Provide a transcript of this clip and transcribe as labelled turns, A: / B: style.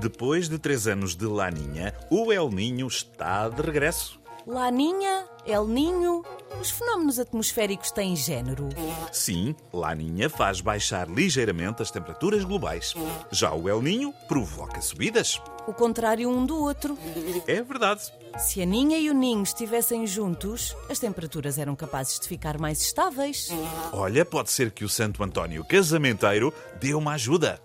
A: Depois de três anos de Laninha, o El Ninho está de regresso.
B: Laninha, El Ninho, os fenómenos atmosféricos têm género.
A: Sim, Laninha faz baixar ligeiramente as temperaturas globais. Já o El Ninho provoca subidas.
B: O contrário um do outro.
A: É verdade.
B: Se a ninha e o ninho estivessem juntos, as temperaturas eram capazes de ficar mais estáveis.
A: Olha, pode ser que o Santo António Casamenteiro dê uma ajuda.